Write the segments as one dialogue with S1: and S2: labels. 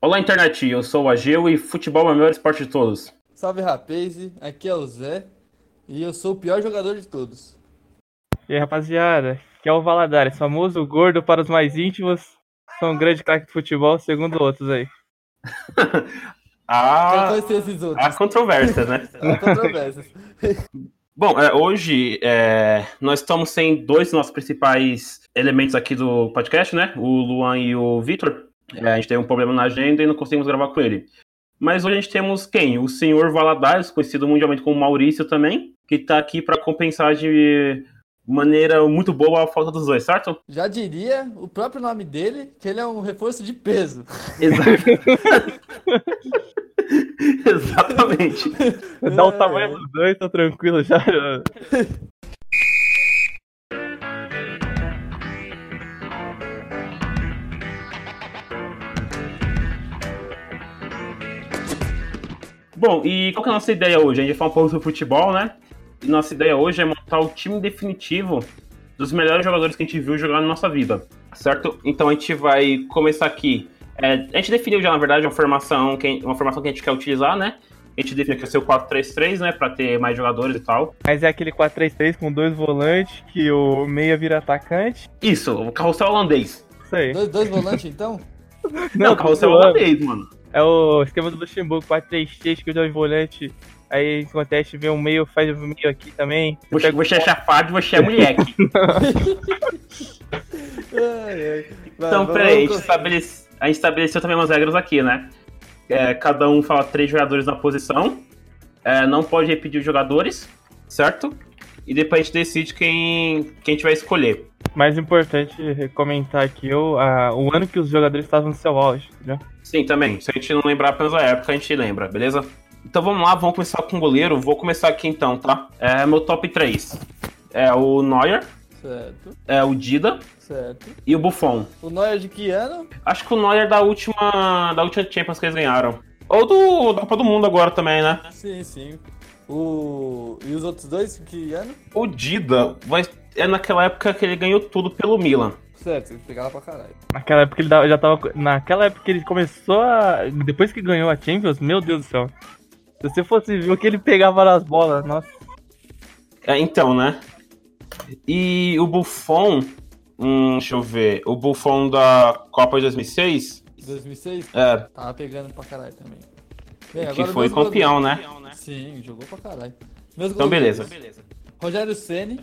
S1: Olá, internet. Eu sou o Ageu e futebol é o melhor esporte de todos.
S2: Salve rapaz, aqui é o Zé e eu sou o pior jogador de todos.
S3: E aí, rapaziada, que é o Valadares, famoso gordo para os mais íntimos. São um grande craque de futebol, segundo outros aí.
S2: Quem
S1: Ah,
S2: conhece esses outros?
S1: há controvérsias, né?
S2: Há controvérsias.
S1: Bom, é, hoje é, nós estamos sem dois dos nossos principais elementos aqui do podcast, né? O Luan e o Vitor. É, a gente teve um problema na agenda e não conseguimos gravar com ele. Mas hoje a gente temos quem? O senhor Valadares, conhecido mundialmente como Maurício também, que está aqui para compensar de maneira muito boa a falta dos dois, certo?
S2: Já diria o próprio nome dele que ele é um reforço de peso.
S1: Exato. Exatamente.
S3: Dá o tamanho dos dois, tô tranquilo já.
S1: Bom, e qual que é a nossa ideia hoje? A gente vai falar um pouco sobre futebol, né? E nossa ideia hoje é montar o time definitivo dos melhores jogadores que a gente viu jogar na nossa vida, certo? Então a gente vai começar aqui. É, a gente definiu já, na verdade, uma formação, que, uma formação que a gente quer utilizar, né? A gente definiu que vai ser o 4-3-3, né? Pra ter mais jogadores e tal.
S3: Mas é aquele 4-3-3 com dois volantes, que o meia vira atacante.
S1: Isso, o carrossel holandês.
S3: Isso aí.
S2: Dois, dois volantes então?
S1: Não,
S3: Não,
S1: o carrossel
S3: tô zoando.
S1: holandês, mano.
S3: É o esquema do Luxemburgo, 4-3-3, que os dois volantes. Aí acontece, vê um meio, faz o meio aqui também.
S1: Você, você é chafado, você é moleque.
S2: Ai, ai. Vai,
S1: Então,
S2: vamos-
S1: peraí, a gente,
S2: vamos-
S1: estabelece- a gente estabeleceu também umas regras aqui, né? É, cada um fala três jogadores na posição, é, não pode repetir os jogadores, certo? E depois a gente decide quem, quem a gente vai escolher.
S3: Mais importante comentar aqui o, a- o ano que os jogadores estavam no seu auge, entendeu?
S1: Sim, também. Se a gente não lembrar apenas a época, a gente lembra, beleza? Então vamos lá, vamos começar com o goleiro. Vou começar aqui então, tá? É, meu top 3 é o Neuer,
S2: Certo,
S1: é o Dida
S2: certo.
S1: e o Buffon.
S2: O Neuer de que ano?
S1: Acho que o Neuer da última, da última Champions que eles ganharam. Ou do, da Copa do Mundo agora também, né?
S2: Ah, Sim, sim. O... E os outros dois de que ano?
S1: O Dida vai, é naquela época que ele ganhou tudo pelo Milan.
S2: Certo, ele pegava pra caralho.
S3: Naquela época ele dava- já tava. Naquela época que ele começou a. Depois que ganhou a Champions, meu Deus do céu. Se você fosse ver o que ele pegava nas bolas, nossa.
S1: É, então, né? E o Buffon, hum, deixa eu ver, o Buffon da Copa de 2006,
S2: 2006?
S1: é,
S2: Tava pegando pra caralho também. Bem,
S1: que
S2: É, agora
S1: foi
S2: meus
S1: campeão, né?
S2: goleiros. Sim, jogou pra caralho. Meus
S1: Então,
S2: goleiros.
S1: beleza.
S2: Rogério Ceni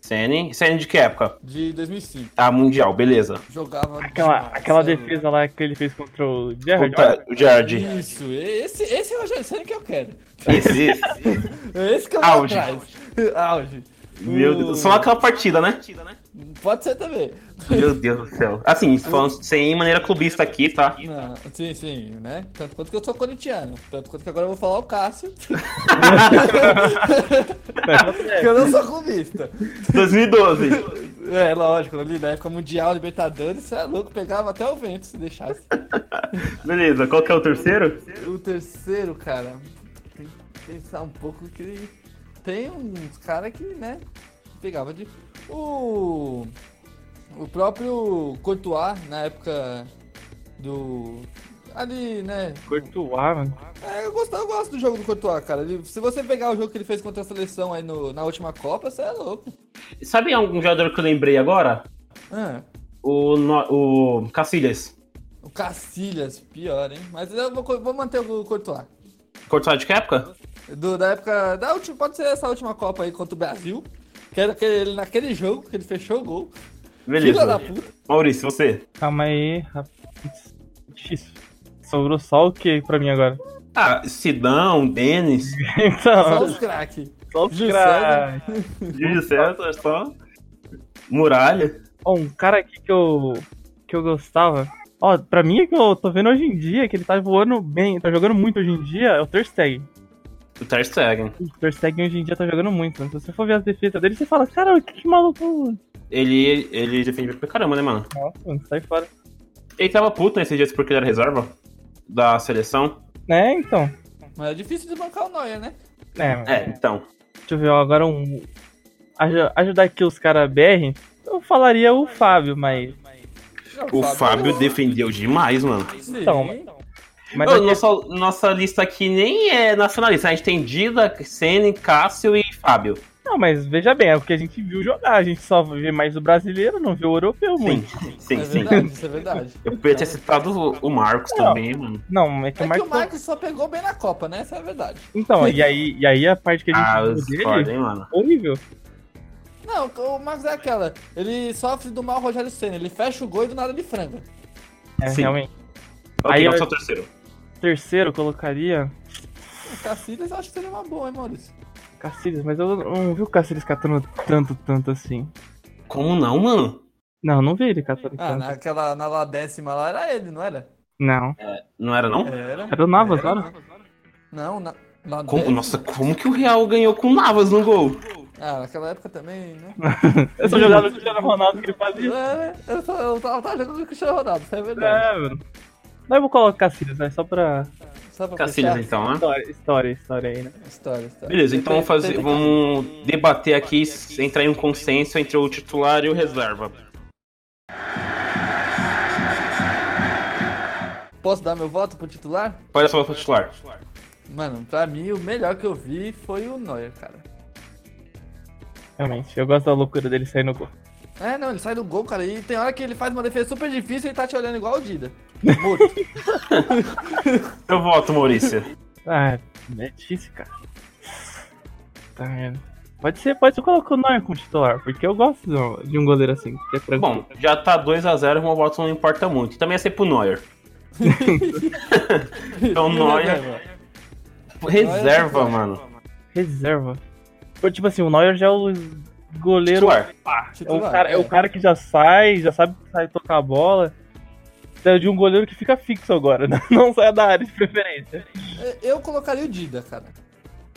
S1: Sene, Sene de que época?
S2: de 2005.
S1: Ah, Mundial, beleza.
S2: Jogava
S3: Aquela,
S2: demais,
S3: aquela
S2: sério.
S3: defesa lá que ele fez contra o
S1: É
S3: Gerrard.
S1: Puta, o Gerard.
S2: Isso, esse, esse é o Rogério Ceni que eu quero.
S1: Esse, esse.
S2: É Esse que eu vou
S1: Auge.
S2: atrás. Auge.
S1: Meu Deus, só naquela partida, né?
S2: Pode ser também.
S1: Meu Deus do céu. Assim, falando sem maneira clubista aqui, tá?
S2: Não, sim, sim, né? Tanto quanto que eu sou corintiano. Tanto quanto que agora eu vou falar o Cássio, que eu não sou clubista.
S1: 2012.
S2: É, lógico, ali na época mundial, Libertadores, você é louco, pegava até o vento se deixasse.
S1: Beleza, qual que é o terceiro?
S2: O terceiro, cara, tem que pensar um pouco que tem uns cara que, né, pegava de... O... O próprio Courtois, na época do... Ali, né?
S3: Courtois, mano.
S2: É, eu, gosto, eu gosto do jogo do Courtois, cara. Ele- se você pegar o jogo que ele fez contra a seleção aí no, na última Copa, você é louco.
S1: Sabe algum jogador que eu lembrei agora?
S2: Ah,
S1: O, no, o Cacilhas.
S2: o Cacilhas, pior, hein? Mas eu vou, co- vou manter o Courtois.
S1: Cortado de que época?
S2: Do- da época. Da última, pode ser essa última Copa aí contra o Brasil. Que era aquele, naquele jogo que ele fechou o gol. Filha da
S1: Beleza.
S2: puta.
S1: Maurício, você.
S3: Calma aí, rapaz. Difícil. Sobrou só o que pra mim agora?
S1: Ah, Sidão, Denis,
S2: Só
S3: Então,
S2: os né? craque.
S3: só os
S2: Gil
S3: caras.
S1: Júlio César, é só. Muralha.
S3: Ó, um cara aqui que eu. que eu gostava. Ó, pra mim é que eu tô vendo hoje em dia, que ele tá voando bem, tá jogando muito hoje em dia, é o Ter Stegen.
S1: O Ter Stegen.
S3: O Ter Stegen hoje em dia tá jogando muito. mano. Se você for ver as defesas dele, você fala, cara, que, que maluco.
S1: Ele, ele defende pra caramba, né, mano?
S3: Nossa, mano, sai fora.
S1: Ele tava puto nesses dias porque ele era reserva da seleção.
S3: Né, então.
S2: Mas é difícil de bancar o Neuer, né?
S3: É, mano.
S1: É, então.
S3: Deixa eu ver, ó, agora um. Aju- Ajudar aqui os caras BR, eu falaria o Fábio, mas.
S2: Não,
S1: O Fábio defendeu demais, mano.
S2: né? Sim,
S3: Então, mas- Mas
S1: Ô,
S3: aqui-
S1: nossa, nossa lista aqui nem é nacionalista. A gente tem Dida, Sene, Cássio e Fábio.
S3: Não, mas veja bem, é o que a gente viu jogar. A gente só vê mais o brasileiro, não vê o europeu muito.
S1: Sim,
S2: é
S1: sim.
S2: verdade, isso é verdade.
S1: Eu podia ter citado o- o Marcos
S3: Não.
S1: também, mano.
S3: Não, é que
S2: É que
S3: o Marcos.
S2: o Marcos só pegou bem na Copa, né? Essa é a verdade.
S3: Então, e aí, e aí a parte que a gente
S1: Ah, eu
S3: viu
S1: discordo,
S3: dele.
S1: hein, mano.
S3: Horrível.
S2: Não, o Marcos é aquela. Ele sofre do mal Rogério Senna. Ele fecha o gol e do nada ele franga.
S3: É,
S1: Sim.
S3: realmente.
S1: Ok,
S3: Aí
S1: Aí eu
S3: eu-
S1: sou o terceiro.
S3: Terceiro, eu colocaria.
S2: O Cacilhas eu acho que seria uma boa, hein, Maurício?
S3: Cacilhas, mas eu não vi o Cacilhas catando tanto, tanto assim.
S1: Como não, mano?
S3: Não, não vi ele catando
S2: Ah,
S3: tanto.
S2: naquela, na lá décima lá era ele, não era?
S3: Não.
S1: Não era,
S3: É.
S1: não?
S2: Era.
S3: Era o Navas, não era?
S2: Não, na, lá
S1: Como-
S2: décima.
S1: nossa, como que o Real ganhou com o Navas no
S3: Tá
S1: gol?
S2: Ah, naquela época também, né?
S3: Eu só jogava no Cristiano Ronaldo que ele fazia.
S2: É, eu, só, eu tava, tava jogando com o Cristiano Ronaldo, isso é verdade.
S3: É, mano. Mas eu vou colocar Cacilhas, né? Só pra.
S2: Só pra
S1: Cacilhas,
S2: fechar?
S1: então, né?
S3: História, história, história aí, né?
S2: História, história.
S1: Beleza, então
S2: Tem-
S1: vamos, fazer,
S2: tem-
S1: vamos debater aqui, entrar em um consenso entre o titular e o reserva.
S2: Posso dar meu voto pro titular?
S1: Qual é a sua voto titular?
S2: Mano, pra mim o melhor que eu vi foi o Neuer, cara.
S3: Realmente. Eu gosto da loucura dele sair no gol.
S2: É, não, ele sai do gol, cara, e tem hora que ele faz uma defesa super difícil e ele tá te olhando igual o Dida. Morto.
S1: Eu voto, Maurício.
S3: Ah, é difícil, cara. Tá vendo? Pode ser, pode ser colocar o Neuer como titular, porque eu gosto de um- de um goleiro assim, que é tranquilo.
S1: Bom, já tá 2x0, uma voto não importa muito. Também ia ser pro Neuer. Então,
S2: E o
S1: Neuer.
S2: reserva? é
S1: Reserva, mano.
S3: Reserva. Pô, Tipo assim, o Neuer já é o goleiro.
S1: Titular.
S3: É o,
S2: Titular,
S3: cara, é o cara que já sai, já sabe sair tocar a bola. É de um goleiro que fica fixo agora, né? não sai da área de preferência.
S2: É, Eu colocaria o Dida, cara.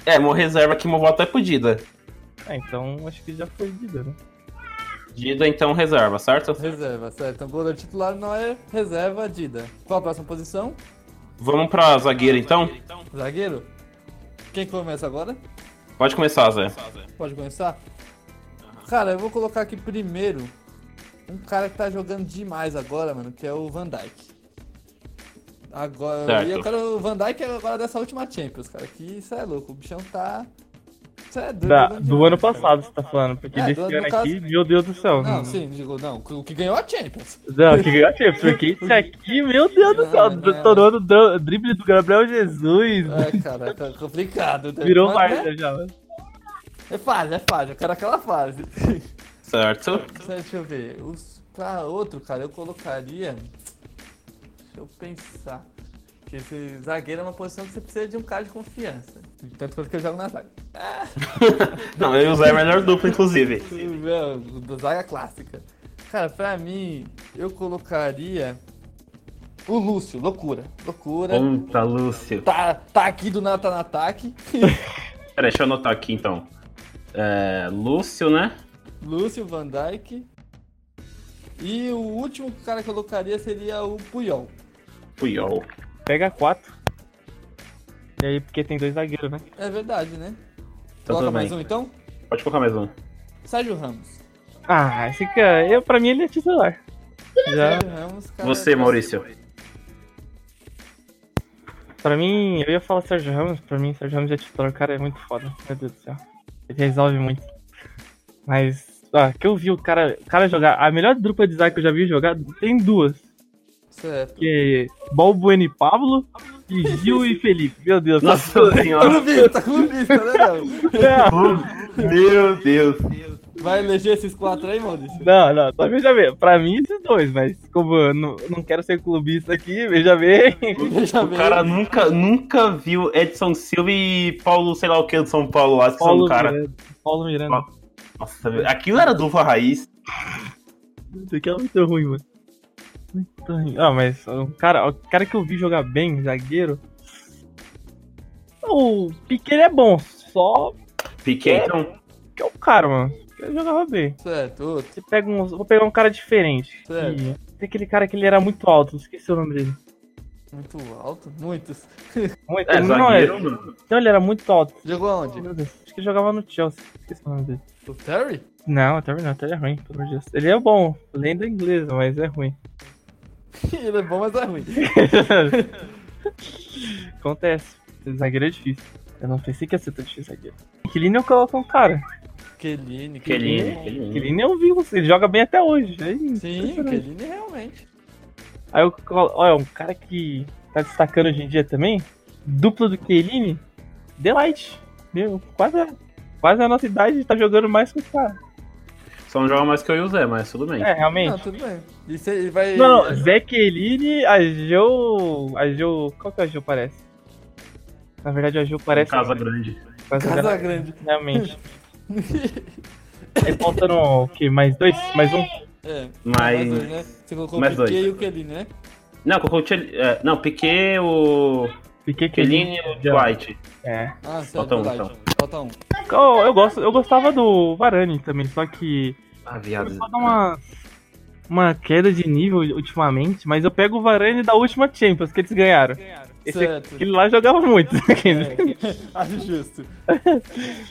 S1: É, meu reserva que meu voto é pro Dida.
S3: Ah, então acho que já foi de né? dano.
S1: Dida, então, reserva, certo?
S2: Reserva, certo. Então, goleiro titular Neuer, reserva Dida. Qual a próxima posição?
S1: Vamos pra zagueira, então?
S2: Zagueiro? Quem começa agora?
S1: Pode começar, Zé.
S2: Pode começar? Cara, eu vou colocar aqui primeiro um cara que tá jogando demais agora, mano, que é o Van Dyke. Agora,
S1: Certo.
S2: e eu quero o Van Dyke agora dessa última Champions, cara, que isso é louco, o bichão tá... Isso é doido.
S3: Da-
S2: jogando
S3: do
S2: demais,
S3: ano
S2: cara.
S3: passado você tá falando, porque
S2: É,
S3: desse
S2: do- do
S3: ano
S2: caso-
S3: aqui, meu Deus do céu.
S2: Não, sim, digo, não, o que ganhou a Champions.
S3: Não, que ganhou Champions, porque isso aqui, meu Deus do céu,
S2: Não, não.
S3: tornou o drible do Gabriel Jesus,
S2: É, cara, tá complicado. né?
S3: virou
S2: Mas, né,
S3: Varda já.
S2: É fase, é fase, eu quero aquela fase.
S1: Certo.
S2: Então, Deixa eu ver. Os, pra outro, cara, eu colocaria. Deixa eu pensar. Porque esse zagueiro é uma posição que você precisa de um cara de confiança. Tanto quanto que eu jogo na zaga.
S1: Não, eu e o Zé é a melhor dupla, inclusive.
S2: Meu, do zaga clássica. Cara, pra mim, eu colocaria. O Lúcio, loucura. Loucura.
S1: Ponta, Lúcio.
S2: Tá, tá aqui do nada, tá no ataque.
S1: Peraí, deixa eu anotar aqui, então. É, Lúcio, né?
S2: Lúcio, Van Dyke. E o último cara que eu colocaria seria o Puyol.
S1: Puyol.
S3: Pega quatro. E aí, porque tem dois zagueiros, né?
S2: É verdade, né?
S1: Então,
S2: Coloca
S1: tudo
S2: mais
S1: bem.
S2: um então?
S1: Pode colocar mais um.
S2: Sérgio Ramos.
S3: Ah, esse cara, eu, pra mim ele é titular. Já,
S2: Sérgio Ramos, cara.
S1: Você, Maurício.
S3: pra mim, eu ia falar Sérgio Ramos, pra mim Sérgio Ramos é titular, o cara é muito foda, meu Deus do céu. Ele resolve muito. Mas, ah, que eu vi o cara, o cara jogar, a melhor dupla de zaga que eu já vi jogar, tem duas.
S2: Certo.
S3: que é Balbuena e Pablo, e Gil e Felipe. Meu Deus,
S1: Nossa
S2: Tá
S1: senhora.
S2: Clubista, clubista, né, não?
S1: Meu Deus.
S2: Vai eleger esses quatro aí, Maurício?
S3: Não, não, só veja bem. Pra mim, esses dois, mas como eu não, não quero ser clubista aqui, veja bem.
S2: Deixa
S1: O cara nunca, nunca viu Edson Silva e Paulo, sei lá o que, do São Paulo lá, que são um cara.
S3: Miranda. Paulo Miranda.
S1: Ó. Nossa, velho, aquilo era dupla raiz.
S3: Isso aqui é muito ruim, mano. Muito ruim. Ah, mas o cara, o cara que eu vi jogar bem, zagueiro. O Piquet é bom, só
S1: Piquet, então.
S3: que é o cara, mano. Ele jogava bem.
S2: Certo, outro.
S3: Você pega um. Vou pegar um cara diferente.
S2: Certo.
S3: E Tem aquele cara que ele era muito alto, esqueci o nome dele.
S2: Muito alto, muitos.
S3: Muito,
S1: É,
S3: não,
S1: zagueiro,
S3: é-
S1: mano.
S3: então ele era muito alto.
S2: Jogou aonde?
S3: Meu Deus, acho que ele jogava no Chelsea. Esqueci o nome dele.
S2: O Terry?
S3: Não, até não, até ele é ruim, pelo amor de Deus. Ele é bom, lenda inglesa, mas é ruim.
S2: Ele é bom, mas é ruim.
S3: Acontece. Ser zagueiro é difícil. Eu não pensei que ia ser tão difícil zagueiro. Kelini eu coloco um cara.
S2: Kelini,
S1: Kelini,
S2: Kelini.
S3: Kelini eu vi, ele joga bem até hoje. É
S2: Sim,
S3: impressionante.
S2: Kelini realmente.
S3: Aí eu colo- olha, um cara que tá destacando hoje em dia também, dupla do Kelini, Delight. Meu, quase, a- quase a nossa idade tá jogando mais que o cara.
S1: Só não joga é mais que eu e o Zé, mas tudo bem.
S3: É, realmente.
S2: Não, tudo bem. E se ele vai.
S3: Não, não, Zé Kelini, a Jo. A Jo. Qual que é a Jo parece? Na verdade, a Jo parece. é.
S1: Casa grande.
S3: Parece a
S2: Casa
S3: Vera-
S2: Grande.
S3: Realmente. Aí faltando o quê? Mais dois? Mais um?
S2: É.
S1: Mas.
S2: Mais dois, né? Você colocou
S1: mais
S2: o Piquet
S1: dois.
S2: e o Kelini, né?
S1: Não, colocou o Tchel... é, Não, Piquet, o.
S3: Piquet
S1: Kelini e o White.
S3: É. Oh,
S2: Ah, certo,
S1: Falta um,
S2: verdade. Falta um.
S3: Eu, eu gosto, eu gostava do Varane também, só que
S1: Ah, viado.
S3: começou a dar um uma, uma queda de nível ultimamente, mas eu pego o Varane da última Champions que eles ganharam. Esse
S2: Certo.
S3: Aquele lá jogava muito.
S2: É. Acho justo.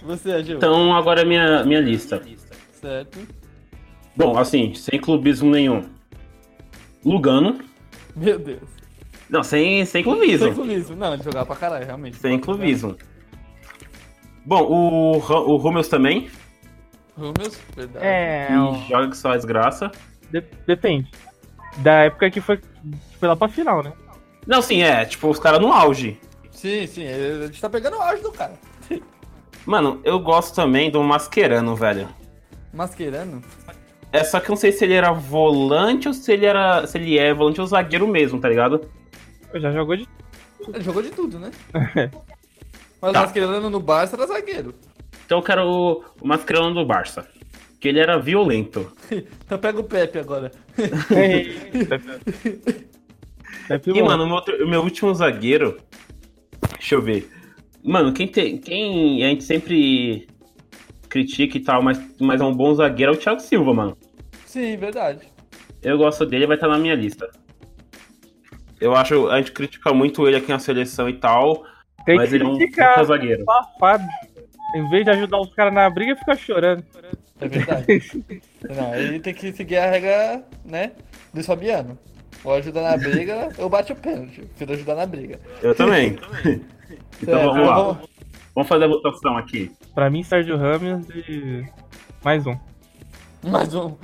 S2: Você agiu.
S1: Então, agora é minha, minha lista.
S2: Certo.
S1: Bom, assim, sem clubismo nenhum. Lugano.
S2: Meu Deus.
S1: Não, sem, sem
S2: Sem
S1: clubismo.
S2: clubismo. Não, ele jogava pra caralho, realmente.
S1: Sem clubismo. Bom, o, Ra- o Rummels também.
S2: Rúmeus, verdade.
S3: É,
S1: que joga que só a desgraça.
S3: de- depende. Da época que foi, foi lá pra final, né?
S1: Não, sim, é. Tipo, os caras no auge.
S2: Sim, sim. ele- A gente tá pegando o auge do cara.
S1: Mano, eu gosto também do Mascherano, velho.
S2: Masqueirando?
S1: É só que eu não sei se ele era volante ou se ele era. se ele é volante ou zagueiro mesmo, tá ligado?
S3: Pô, Já jogou de.
S2: Ele jogou de tudo, né? Mas
S1: Tá.
S2: o Mascherano no Barça era zagueiro.
S1: Então eu quero o, o Mascherano do Barça. Que ele era violento.
S2: Então pega o Pepe agora.
S3: Pepe,
S1: E, mano, o meu, outro- o meu último zagueiro. Deixa eu ver. Mano, quem tem. Quem a gente sempre critica e tal, mas, mas é um bom zagueiro é o Thiago Silva, mano.
S2: Sim, verdade.
S1: Eu gosto dele, vai estar na minha lista. Eu acho. A gente critica muito ele aqui na seleção e tal,
S3: tem
S1: mas
S3: que
S1: ele é um
S3: criticar. né?
S1: puta zagueiro.
S3: Safado. Em vez de ajudar os caras na briga, fica chorando.
S2: É verdade. Não, ele tem que seguir a regra, né? Luiz Fabiano. Ou ajuda na briga, ou bate o pênalti. Prefiro ajudar na briga.
S1: Eu também. então
S3: É,
S2: Certo,
S3: tá
S1: vamos lá.
S2: vamos-
S1: Vamos fazer a votação aqui.
S3: Pra mim, Sérgio Ramos e. Mais um.
S2: Mais um.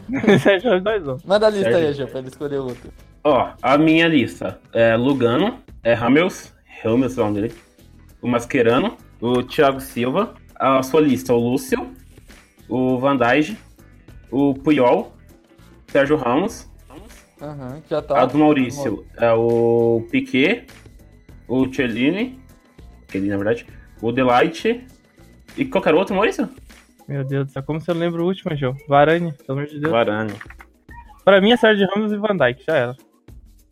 S3: Sérgio Ramos, mais um.
S2: Manda a lista
S1: Certo.
S2: aí, Gil, pra ele escolher outro.
S1: Ó, a minha lista é Lugano, é Hamels, Hamels é o nome dele, o Mascherano, o Thiago Silva, a sua lista, o Lúcio, o Van Dijk, o Puyol, Sérgio Ramos,
S2: Aham, já tá.
S1: a do Maurício é o Piquet, o Cellini, Cellini na verdade, o Delight e qualquer outro, Maurício?
S3: Meu Deus do céu, como você não lembra o último, João? Varane, pelo amor de Deus.
S1: Varane.
S3: Pra mim é Sérgio Ramos e Van Dyke, já era.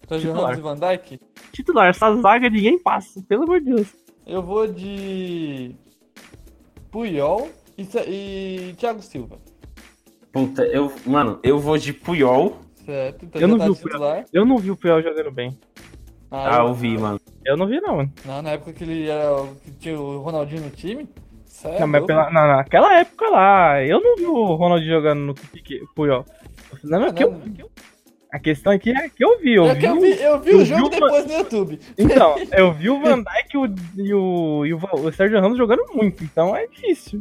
S2: Sérgio Ramos
S3: titular.
S2: e Tá Van Dijk?
S3: Titular, essa zaga ninguém passa, pelo amor de Deus.
S2: Eu vou de. Puyol e, Sa- e Thiago Silva.
S1: Puta, eu, mano, eu vou de Puyol.
S2: Certo, então
S3: Eu
S2: já
S3: não
S2: tá
S3: vi o
S2: titular.
S3: Eu não vi o Pior jogando bem.
S1: Ah,
S2: eu-
S1: eu vi, mano.
S3: Eu não vi, não, mano.
S2: Não, na época que ele era o- que tinha o Ronaldinho no time. Certo.
S3: Não, mas pela- na- naquela época lá, eu não vi o Ronaldinho jogando no Pique, Puyol. Não, é que eu- a questão aqui é que eu vi, eu
S2: É
S3: vi.
S2: que eu
S3: o-
S2: vi, eu vi
S3: eu
S2: o jogo
S3: vi o-
S2: depois no YouTube.
S3: Então, eu vi o Van Dyke e o, e o, e o Va- o Sérgio Ramos jogando muito, então é difícil.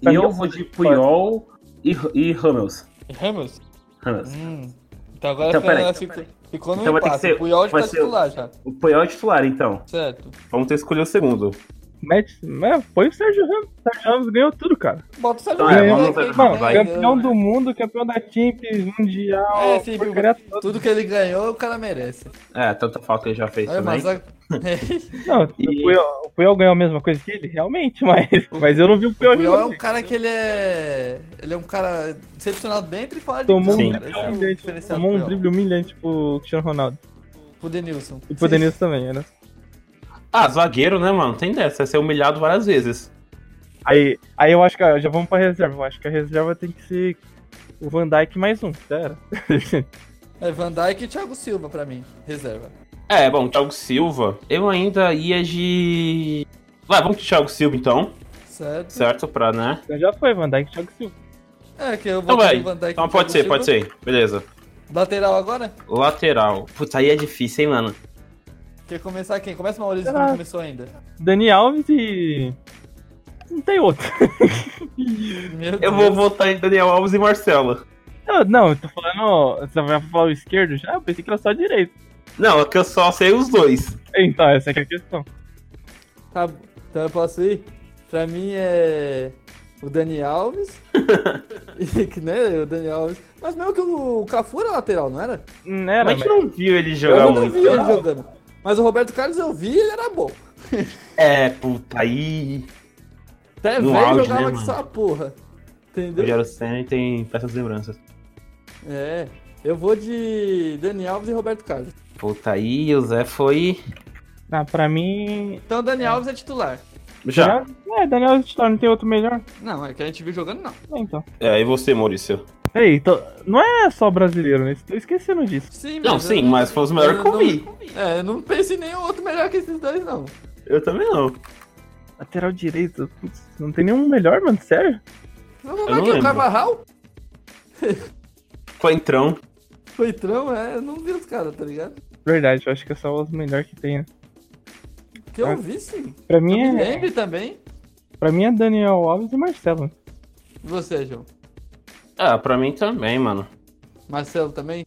S3: Pra
S1: E
S3: mim,
S1: eu vou de Puyol e, e Hummels.
S2: Ramos?
S1: Hummels.
S2: Hum. Então agora
S1: Então,
S2: fica-
S1: peraí.
S2: ficou, ficou no
S1: Então vai ter que
S2: empate.
S1: ser-
S2: o Puyol já
S1: vai
S2: tá
S1: ser-
S2: titular já.
S1: O Puyol é titular, então.
S2: Certo.
S1: Vamos ter que escolher o segundo.
S3: Mete, né, foi o Sérgio Ramos. O Sérgio Ramos ganhou tudo, cara.
S2: Bota Ah, o Sérgio
S1: Então
S3: é,
S2: Ramos.
S1: vamos
S2: aí,
S1: ver,
S2: que
S3: Mano,
S1: vai.
S2: ele ganhou.
S3: campeão do mundo, campeão da Champions, mundial.
S2: É, sim,
S3: porcaria
S2: viu?
S3: toda.
S2: tudo que ele ganhou, o cara merece.
S1: É, tanta falta que ele já fez
S2: É,
S1: também.
S2: mas a- o
S3: Não,
S1: E-
S3: o Puyol, o Puyol ganhou a mesma coisa que ele? Realmente, mas, mas eu não vi o Puyol
S2: Puyol é um
S3: jogando.
S2: cara que ele é. Ele é um cara excepcional dentro e fora de
S3: Tomou um
S1: Sim.
S2: campo,
S3: drible
S2: cara. Esse é o
S3: humilhante,
S2: diferencial
S3: tomou
S2: do
S3: um
S2: Puyol.
S3: drible humilhante pro Cristiano Ronaldo.
S2: Pro Denilson.
S3: E pro Denilson também, né?
S1: Ah, zagueiro, né, mano? Tem dessa. Vai ser humilhado várias vezes.
S3: Aí, aí eu acho que ó, já vamos pra reserva. Eu acho que a reserva tem que ser o Van Dyke mais um, já era.
S2: É Van Dijk e Thiago Silva pra mim, reserva.
S1: É, bom, Thiago Silva. Eu ainda ia de. Vai, vamos de Thiago Silva então,
S2: Certo?
S1: certo? Pra, né?
S3: Então já foi, Van Dyke Thiago Silva.
S2: É, que eu vou
S1: Então
S2: com
S1: vai.
S2: o Van Dijk. e
S1: Então
S2: o
S1: pode
S2: Thiago
S1: ser,
S2: Silva.
S1: pode ser. Beleza.
S2: Lateral agora?
S1: Lateral. Putz, aí é difícil, hein, mano?
S2: Quer começar quem? Começa o Maurício, que
S3: Ah.
S2: não começou ainda.
S3: Dani Alves e. Não tem outro.
S2: Meu
S1: Eu
S2: Deus.
S1: vou votar em Daniel Alves e Marcelo.
S3: Eu- não, eu tô falando. Você vai falar o esquerdo já? Eu pensei que era só direito.
S1: Não, é que eu só sei os dois.
S3: Então, essa aqui é a questão.
S2: Tá, então eu posso ir? Pra mim é o Dani Alves. E que, né, o Dani Alves. Mas mesmo que o Cafu era lateral, não era?
S3: Não Hum, era,
S1: a gente não viu ele jogar
S2: Eu não
S1: muito.
S2: vi ele jogando. Mas o Roberto Carlos eu vi ele era bom.
S1: É, puta, aí.
S2: Até
S1: No
S2: velho
S1: auge,
S2: jogava
S1: né,
S2: com
S1: mano?
S2: essa porra. Entendeu?
S1: Rogério Senna tem peças lembranças.
S2: É. Eu vou de Dani Alves e Roberto Carlos.
S1: Puta, aí o Zé foi.
S3: Ah, pra mim.
S2: Então o Dani Alves é titular.
S1: Já.
S3: É, Daniel titular, não tem outro melhor?
S2: Não, é que a gente viu jogando, não.
S3: É, então.
S1: É, e você, Maurício?
S3: Ei, então, não é só brasileiro, né? Tô esquecendo disso.
S2: Sim,
S1: Não,
S2: mas
S1: sim,
S2: eu-
S1: mas foi os melhores que eu
S2: não-
S1: vi.
S2: É, eu não pensei em nenhum outro melhor que esses dois, não.
S1: Eu também não.
S3: Lateral direito, putz, não tem nenhum melhor, mano, sério?
S2: Vamos
S1: Eu
S2: lá
S1: não
S2: aqui, o
S1: lembro.
S2: Carvajal
S1: Foi entrão.
S2: foi trão, é, eu não vi os caras, tá ligado?
S3: Verdade, eu acho que é só os melhores que tem, né?
S2: Que eu
S1: É.
S3: Ah.
S2: vi, sim.
S3: Pra
S2: Eu
S3: mim
S2: me
S3: é,
S2: lembro também.
S3: pra mim é Daniel Alves e Marcelo.
S2: E Você, João.
S1: Ah, pra mim também, mano.
S2: Marcelo também,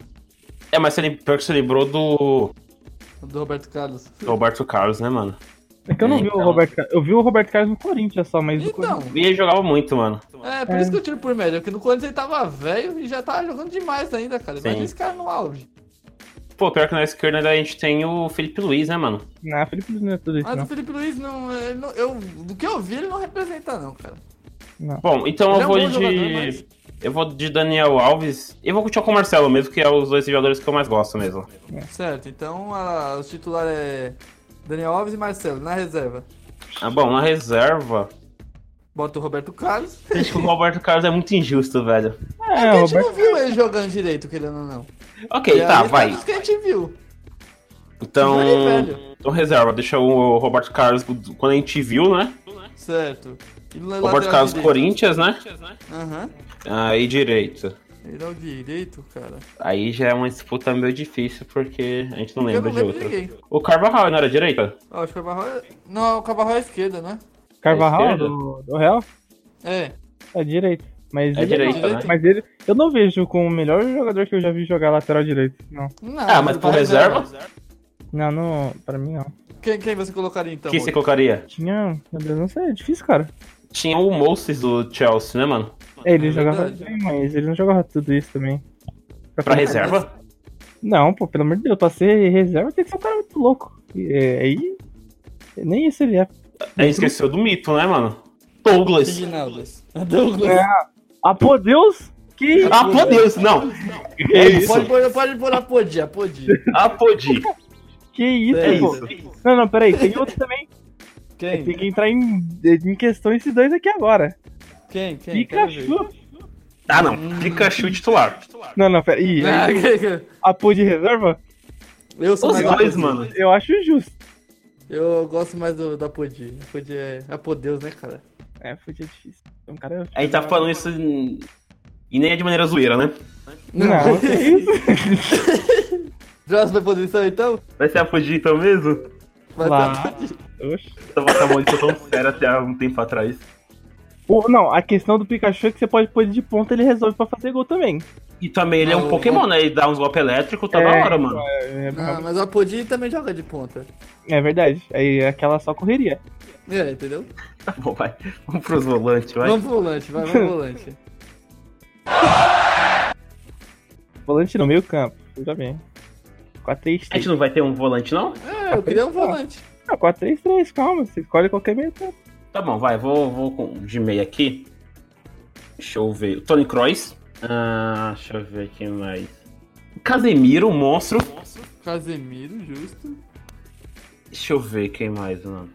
S1: É, mas você, pior que você lembrou do
S2: do Roberto Carlos.
S1: do Roberto Carlos, né, mano?
S3: É que eu não
S1: É,
S3: vi o
S1: então.
S3: Roberto Carlos. Eu vi o Roberto Carlos no Corinthians só, mas do
S2: Então,
S3: Corinthians.
S1: E ele jogava muito, mano.
S2: é, por
S3: É.
S2: isso que eu tiro por média, porque no Corinthians ele tava velho e já tava jogando demais ainda, cara. Imagina
S1: Sim.
S2: esse cara no auge.
S1: Pô, pior que na esquerda ainda a gente tem o Felipe Luiz, né, mano?
S3: Não, Felipe Luiz não é tudo isso,
S2: Mas o
S3: não.
S2: Felipe Luiz, não, ele não- eu, do que eu vi, ele não representa, não, cara.
S1: Bom, então
S2: Ele é
S1: eu
S2: um
S1: vou
S2: bom
S1: de.
S2: jogador, mas-
S1: Eu vou de Daniel Alves. Eu vou continuar com o Marcelo mesmo, que é os dois jogadores que eu mais gosto mesmo.
S2: Certo, então a, o titular é Daniel Alves e Marcelo, na reserva.
S1: Ah, bom, na reserva.
S2: Bota o Roberto Carlos.
S1: Acho que o Roberto Carlos é muito injusto, velho.
S3: É,
S2: a
S3: o
S2: gente
S3: Roberto.
S2: não viu ele jogando direito, querendo ou não.
S1: Ok,
S2: E
S1: tá,
S2: aí,
S1: vai.
S2: todos que a gente viu.
S1: Então.
S2: Vai, velho.
S1: Então reserva, deixa o Roberto Carlos quando a gente viu, né?
S2: Certo. E no
S1: Roberto
S2: lateral
S1: Carlos
S2: direito?
S1: Corinthians, né?
S2: Aham.
S1: Aí direito.
S2: Lateral direito, cara.
S1: Aí já é uma disputa meio difícil, porque a gente não
S2: Eu
S1: lembra
S2: não
S1: de
S2: lembro de
S1: outra.
S2: ninguém.
S1: O tá? Carvajal não era direita?
S2: Ó, acho que o Cabarro é... Não, o Cabarro é a esquerda, né?
S1: É
S3: Carvajal
S1: esquerda?
S3: do, do Real?
S2: É.
S3: É direito. Mas
S1: É
S3: ele
S1: direito,
S3: não-
S1: né?
S3: Mas ele. Eu não vejo como o melhor jogador que eu já vi jogar lateral direito. Não.
S2: Não,
S1: Ah, mas por
S2: vai,
S1: reserva?
S2: né?
S3: Não, não. Pra mim não.
S2: Quem, quem você colocaria então?
S1: Quem você colocaria?
S3: Tinha. Meu Deus, não sei, é difícil, cara.
S1: Tinha o Moses do Chelsea, né, mano?
S3: É, ele
S2: É
S3: jogava
S2: verdade.
S3: bem, mas ele não jogava tudo isso também.
S1: Pra reserva?
S3: Não, pô, pelo amor de Deus, pra ser reserva tem que ser um cara muito louco. E, é, aí. Nem isso ele é.
S1: A gente esqueceu do mito, né, mano? Douglas.
S2: Ginaldas. Douglas.
S3: Ah, pô, Deus! Que.
S1: Ah, pô, Deus, não. É isso.
S2: Pode pôr, pode pôr a podia, podia.
S1: Ah, pode.
S3: Que isso,
S1: É
S3: pô.
S1: isso. né?
S3: Não, não, peraí, tem outro também.
S2: Quem?
S3: Tem que entrar em, em questão esses dois aqui agora.
S2: Quem? Quem? Quero ver.
S3: Pikachu.
S1: Ah, não. Pikachu titular.
S3: Não, não, pera. Ih,
S2: Ah,
S3: aí,
S2: quem- quem-
S3: a pô de reserva?
S2: Eu sou
S1: Os
S2: mais da
S1: dois,
S2: Podia.
S1: mano.
S3: Eu acho justo.
S2: Eu gosto mais do, da Podia. A Podia é. A Podeus, né, cara?
S3: É, foi difícil. É Um cara.
S1: A gente tá falando isso em- e nem é de maneira zoeira, né?
S3: Não, que isso.
S2: Próxima posição então?
S1: Vai ser a Podi então mesmo?
S2: Vai
S3: Lá.
S2: ser a Podia.
S3: Oxe.
S1: Essa bota maldita tão séria até há um tempo atrás.
S3: Pô, não, a questão do Pikachu é que você pode pôr ele de ponta ele resolve pra fazer gol também.
S1: E também ele é um
S2: Não,
S1: Pokémon, né? Ele dá uns golpes elétricos, tá
S3: É,
S1: da hora, mano.
S3: É, é-
S2: Não, Ah, mas a Podia também joga de ponta.
S3: é verdade. Aí é aquela só correria.
S2: É, entendeu?
S1: Tá bom, vai. Vamos pros volantes, vai.
S2: Vamos pro volante, vai, vamos pro volante.
S3: Volante no meio campo, tudo bem.
S1: A gente
S3: 4-3-3.
S1: não vai ter um volante, não?
S2: É, eu queria um volante.
S3: Não, 4-3-3, calma. Você escolhe qualquer meio campo.
S1: Tá bom, vai. Vou, vou com de meia aqui. Deixa eu ver. Tony Kroos. Ah, deixa eu ver quem mais. Casemiro, monstro.
S2: Casemiro, justo.
S1: Deixa eu ver quem mais, mano.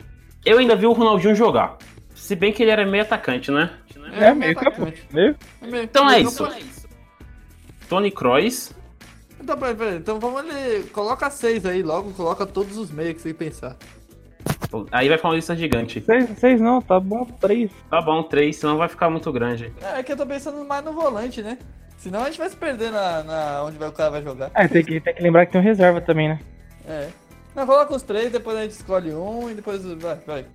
S1: Eu ainda vi o Ronaldinho jogar. Se bem que ele era meio atacante, né?
S3: É, meio campo.
S2: atacante.
S3: Meio?
S2: É meio-
S1: Então é
S2: meio
S1: isso.
S2: campo.
S1: Tony Kroos.
S2: Então, peraí, peraí. Então vamos ler. Coloca seis aí logo, coloca todos os meios que você pensar.
S1: Aí vai ficar uma lista gigante.
S3: 6 não, tá bom. 3.
S1: Tá bom, três, senão vai ficar muito grande.
S2: É, é que eu tô pensando mais no volante, né? Senão a
S3: É,
S2: gente vai se perder na, na onde vai, o cara vai jogar.
S3: Ah, tem que, tem que lembrar que tem um reserva também, né?
S2: É. Não, coloca os três, depois a gente escolhe um e depois. Vai, vai.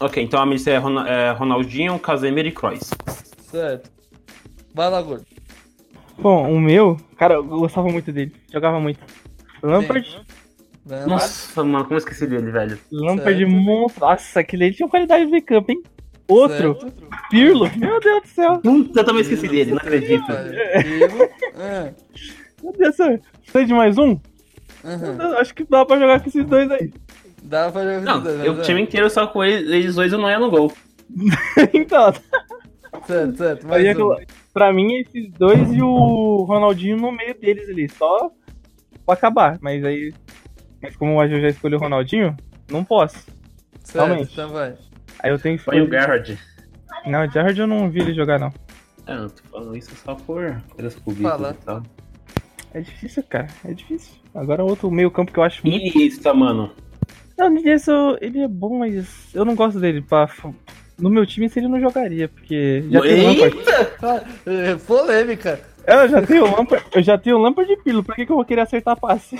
S1: Ok, então a minha lista é Rona- é Ronaldinho, Casemiro e Kroos.
S2: Certo. Vai lá, gordo.
S3: Bom, o meu, cara, eu gostava muito dele. Jogava muito. Lampard,
S2: Então Vai lá.
S1: Nossa, mano, como eu esqueci dele, velho.
S3: Lampard
S2: Certo.
S3: monstro. Nossa, aquele ali tinha qualidade de meio campo, hein? Outro,
S2: Certo.
S3: Pirlo. Meu Deus do céu.
S1: Puta, eu também esqueci dele, não acredito.
S2: Vai, Diego. Ah,
S3: Meu Deus do céu. Precisa de mais um?
S2: aham. Uhum.
S3: Eu Acho que dá pra jogar com esses dois aí.
S2: Dá pra jogar
S1: Não,
S2: com os dois,
S1: eu
S2: vai.
S1: o time inteiro só com eles, eles dois e o Noia no gol.
S3: então,
S2: Certo, certo.
S3: aí é
S2: Mais
S3: que
S2: um.
S3: eu- pra mim, esses dois e o Ronaldinho no meio deles ali. Só pra acabar. Mas aí. Mas como o Agil já escolheu o Ronaldinho, não posso.
S2: Certo,
S3: realmente.
S2: então vai.
S3: Aí eu tenho que
S1: Foi um o
S3: escolher.
S1: Gerrard.
S3: Não, o Gerrard eu não vi ele jogar, não.
S1: É, eu tô falando isso só por coisas
S2: Fala.
S1: cubistas e tal.
S3: É difícil, cara. É difícil. Agora outro meio campo que eu acho muito.
S1: Iniesta, mano.
S3: Não, Nilson, ele é bom, mas eu não gosto dele. Pra... No meu time, se ele não jogaria, porque. Já tem o Lampard. É,
S1: Eita!
S2: Ah, é polêmica.
S3: Eu já tenho o Lampard. Eu já tenho o Lampard de Pilo. Pra que, que eu vou querer acertar passe?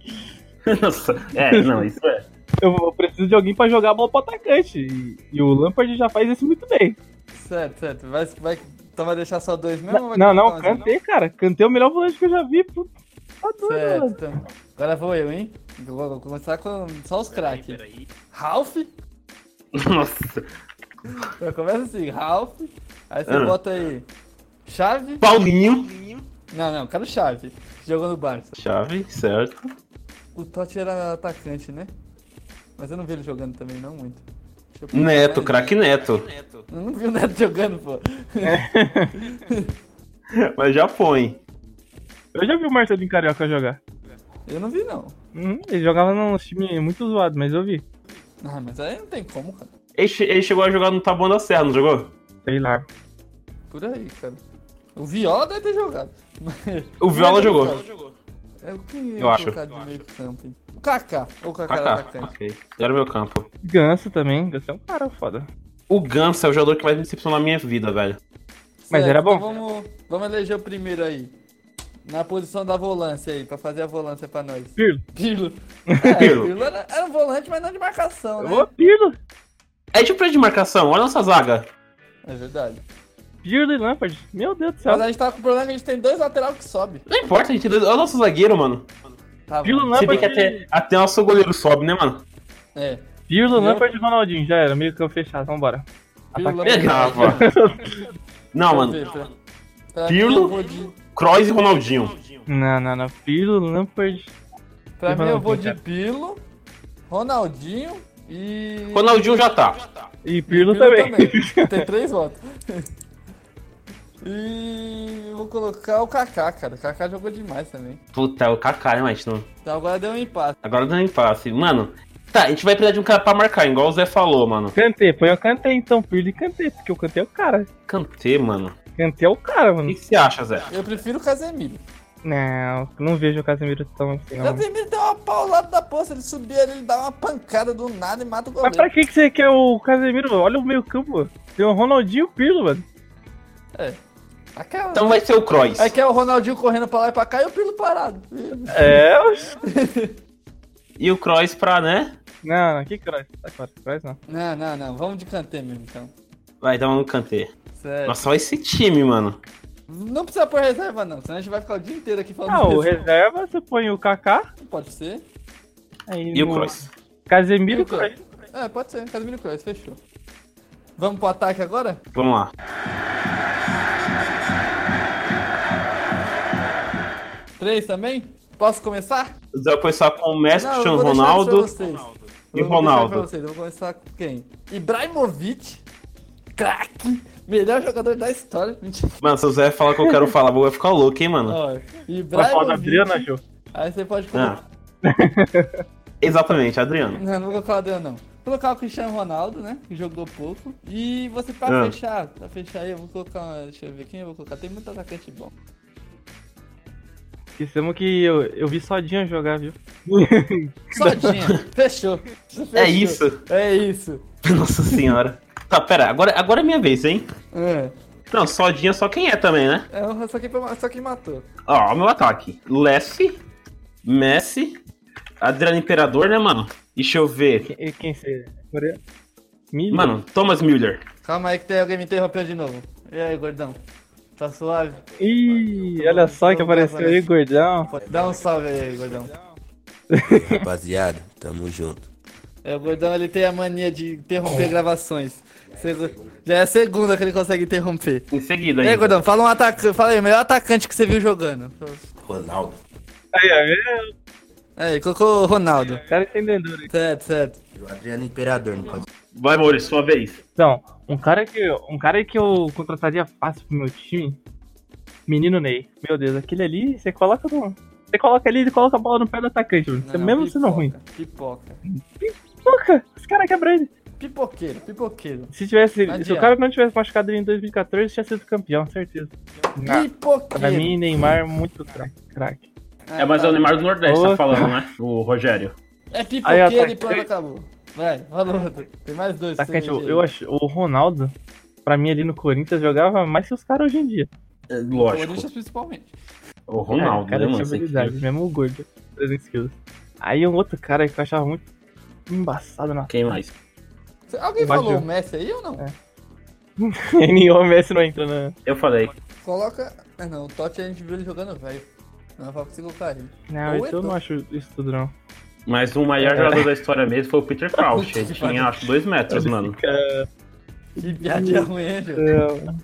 S1: Nossa, é, não, isso é.
S3: eu vou- eu preciso de alguém pra jogar a bola pro atacante. E, e o Lampard já faz isso muito bem.
S2: Certo, certo. Vai, vai, então vai deixar só dois mesmo? ou
S3: Não,
S2: vai
S3: não,
S2: colocar mais um?
S3: cantei, cara. Cantei o melhor volante que eu já vi. Puta, tá doido,
S2: Certo,
S3: mano.
S2: então. Agora vou eu, hein? Eu Vou vou começar com só os craques. Ralph?
S1: Nossa.
S2: Já começa assim, Ralph. Aí você
S1: Ah.
S2: bota aí. Chave?
S1: Paulinho.
S2: Não, não, quero Chave. que Jogou no Barça.
S1: Chave, certo.
S2: O Totti era atacante, né? Mas eu não vi ele jogando também, não muito. Deixa eu pensar.
S1: Neto, craque Neto.
S2: Eu não vi o Neto jogando, pô.
S1: Mas já põe.
S3: Eu já vi o Marcelo em Carioca jogar.
S2: Eu não vi, não.
S3: Uhum, ele jogava num time muito zoado, mas eu vi.
S2: Ah, mas aí não tem como, cara.
S1: Ele, che- ele chegou a jogar no Taboão da Serra, não jogou?
S3: Sei lá.
S2: Por aí, cara. O Viola deve ter jogado. Mas...
S1: O Viola
S2: Mas,
S1: jogou.
S2: cara, É o que eu,
S1: Eu acho.
S2: colocar de meio campo. hein? O Kaká. O Kaká era
S1: Kaká.
S2: atacante.
S1: Ok. Era o meu campo.
S3: Ganso também. Ganso é um cara foda.
S1: O Ganso é o jogador que mais me decepcionou na minha vida, velho.
S3: Mas
S2: Certo,
S3: era bom.
S2: então vamos, vamos eleger o primeiro aí. Na posição da volância aí, pra fazer a volância pra nós.
S3: Pirlo.
S2: Pirlo. É,
S1: Pirlo.
S2: Pirlo era, era um volante, mas não de marcação, né?
S3: Ô, Pirlo.
S1: É de preço de marcação, olha a nossa zaga.
S2: É verdade.
S3: Pirlo e Lampard. Meu Deus do céu.
S2: Mas a gente tá com o problema que a gente tem dois lateral que sobe.
S1: Não importa, a gente. Olha o nosso zagueiro, mano.
S2: Tá
S3: Pirlo,
S2: bom.
S1: Se bem que
S3: Lampard-
S1: até, até nosso goleiro sobe, né, mano?
S2: É.
S3: Pirlo,
S2: Entendeu?
S3: Lampard e Ronaldinho. Já era. Meio que eu fechado. Vambora. tá
S2: Pirlo,
S1: Pegava. Não, mano.
S2: Pra- pra mim,
S1: Pirlo?
S2: eu vou de-
S1: Kroos e Ronaldinho.
S3: Não, não, não. Pirlo, Lampard.
S2: Pra
S3: E
S2: mim eu vou de
S3: Ronaldinho,
S2: Pirlo, Ronaldinho e.
S1: Ronaldinho já tá.
S3: E Pirlo, também.
S2: Tem três votos. E eu vou colocar o Kaká, cara. O Kaká jogou demais também.
S1: Puta, o Kaká, né, mas não.
S2: Então agora deu um empate.
S1: Agora dando impasse. Mano, tá, a gente vai precisar de um cara pra marcar, igual o Zé falou, mano.
S3: Cantei. Põe eu cantei então. Pirlo e cantei. Porque eu cantei é o cara.
S1: Cantê, mano.
S3: Cantei é o cara,
S1: O
S3: mano.
S1: que que você acha, Zé?
S2: Eu prefiro o Casemiro.
S3: Não, não vejo o Casemiro tão assim,
S2: É um-
S3: não. mano.
S2: Casemiro deu uma paulada da poça. Ele subia ali, ele dá uma pancada do nada e mata o
S3: Mas
S2: goleiro.
S3: pra que, que você quer o Casemiro? mano? Olha o meio campo. Tem o Ronaldinho e o Pirlo, mano.
S2: Aquela...
S1: Então vai ser o Kroos.
S2: Aí que é o Ronaldinho correndo pra lá e pra cá e o Pirlo parado.
S3: É, oxe.
S1: E o Kroos pra, né?
S3: Não, não. Que Cross? Tá claro. Cross não.
S2: Não, não, não. Vamos de Kanté mesmo, então.
S1: Vai dar um Kanté.
S2: Sério.
S1: Nossa, olha esse time, mano.
S2: Não precisa pôr reserva, não. Senão a gente vai ficar o dia inteiro aqui falando
S3: Ah, o
S2: isso.
S3: reserva, você põe o Kaká.
S2: Pode ser.
S3: aí
S1: E o Kroos.
S3: Casemiro e o
S2: Kroos.
S3: Kroos.
S2: É, pode ser. Casemiro e Kroos, fechou. Vamos pro ataque agora?
S1: Vamos lá.
S2: Três também? Posso começar?
S1: O Zé vai começar com o Messi,
S2: Não, eu
S1: Cristiano
S2: vou deixar
S1: Ronaldo.
S2: pra vocês.
S1: E
S2: Eu vou deixar
S1: Ronaldo.
S2: pra vocês. Eu vou começar com quem? Ibrahimovic, craque, melhor jogador da história. Mentira.
S1: Mano, se o Zé falar que eu quero falar, vou ficar louco, hein, mano.
S2: Ó,
S3: Vai falar da Adriana,
S2: Ibrahimovic.
S3: Ju?
S2: Aí você pode
S1: Ah.
S2: colocar.
S1: Exatamente, Adriano.
S2: Não, não vou colocar o Adriano, não. Vou Colocar o Cristiano Ronaldo, né? Que jogou pouco. E você pra
S1: Ah.
S2: fechar, pra fechar aí, eu vou colocar. Deixa eu ver quem eu vou colocar. Tem muito atacante bom.
S3: Esquecemos que eu, eu vi Sodinha jogar, viu?
S2: Sodinha. fechou. Fechou.
S1: É isso.
S2: É isso.
S1: Nossa senhora. Tá, pera, agora, agora é minha vez, hein?
S2: É.
S1: Não, sodinha só quem é também, né?
S2: É, o- só, quem, só quem matou.
S1: Ó, o meu ataque. Lessie, Messi, Adriano Imperador, né, mano? Deixa eu ver.
S3: Quem, quem seja? Coreano? Milho?
S1: Mano, Thomas Müller.
S2: Calma aí que tem alguém me interrompendo de novo. E aí, gordão? Tá suave?
S3: Ih, olha só que apareceu aí, gordão.
S2: Dá um salve aí, gordão.
S4: Rapaziada, tamo junto.
S2: É, o gordão ele tem a mania de interromper
S3: Oh.
S2: gravações. Segu- Já é a segunda que ele consegue interromper.
S1: Em seguida
S2: E
S1: aí.
S2: aí, gordão, fala um atacante. Fala aí, o melhor atacante que você viu jogando.
S4: Ronaldo.
S3: Aí, ó,
S2: É, ele colocou o Ronaldo.
S3: o cara entendedor aí.
S2: Certo, certo.
S4: O Adriano Imperador, não pode.
S1: Vai, Maurício, sua vez.
S3: Então, um cara que, um cara que eu contrataria fácil pro meu time, menino Ney. Meu Deus, aquele ali, você coloca no... Você coloca ali, ele coloca a bola no pé do atacante, mano. É mesmo sendo
S2: pipoca,
S3: ruim.
S2: Pipoca.
S3: Porra, esse cara quebra ele.
S2: Pipoqueiro, pipoqueiro.
S3: Se tivesse,
S2: Não
S3: se o
S2: adianta.
S3: cara não tivesse machucado ele em 2014, tinha sido campeão, certeza.
S2: Pipoqueiro.
S3: Ah, Pra mim, Neymar, muito craque, craque.
S2: Ah,
S1: É, mas é o
S2: tá.
S1: Neymar do Nordeste,
S3: Ô.
S1: tá falando, né? O Rogério.
S2: É
S3: Aí, ó,
S2: pipoqueiro
S3: tá
S2: e pronto,
S3: aqui.
S2: acabou. Vai, falou. outro. Tem mais dois. que
S3: Atacante,
S2: você
S3: tipo,
S2: elegeu.
S3: eu, eu acho, é o Ronaldo, pra mim ali no Corinthians, jogava mais que os caras hoje em dia.
S1: É,
S2: Corinthians
S1: Lógico.
S2: principalmente.
S1: O
S3: então É, o
S1: Ronaldo, né,
S3: cara
S1: mano?
S3: tinha
S1: Assim,
S3: habilidade, mesmo o gordo, 300 quilos. Aí um outro cara que eu achava muito embaçado na
S1: Quem mais?
S2: Cê- Alguém
S3: Bateu.
S2: falou o Messi aí ou não?
S3: nenhum Messi não entra na...
S1: Eu falei.
S2: Coloca. Ah não, o Totti a gente viu ele jogando velho. Não, fala que você colocar ele.
S3: Não,
S2: Ou
S3: isso eu
S2: Eto'o.
S3: não acho isso tudo não.
S1: Mas o
S3: É.
S1: maior jogador da história mesmo foi o Peter Crouch. Ele tinha, acho, dois metros, É mano.
S2: Que piadinha ruim, hein,
S3: é,
S2: Ju?
S3: Eu-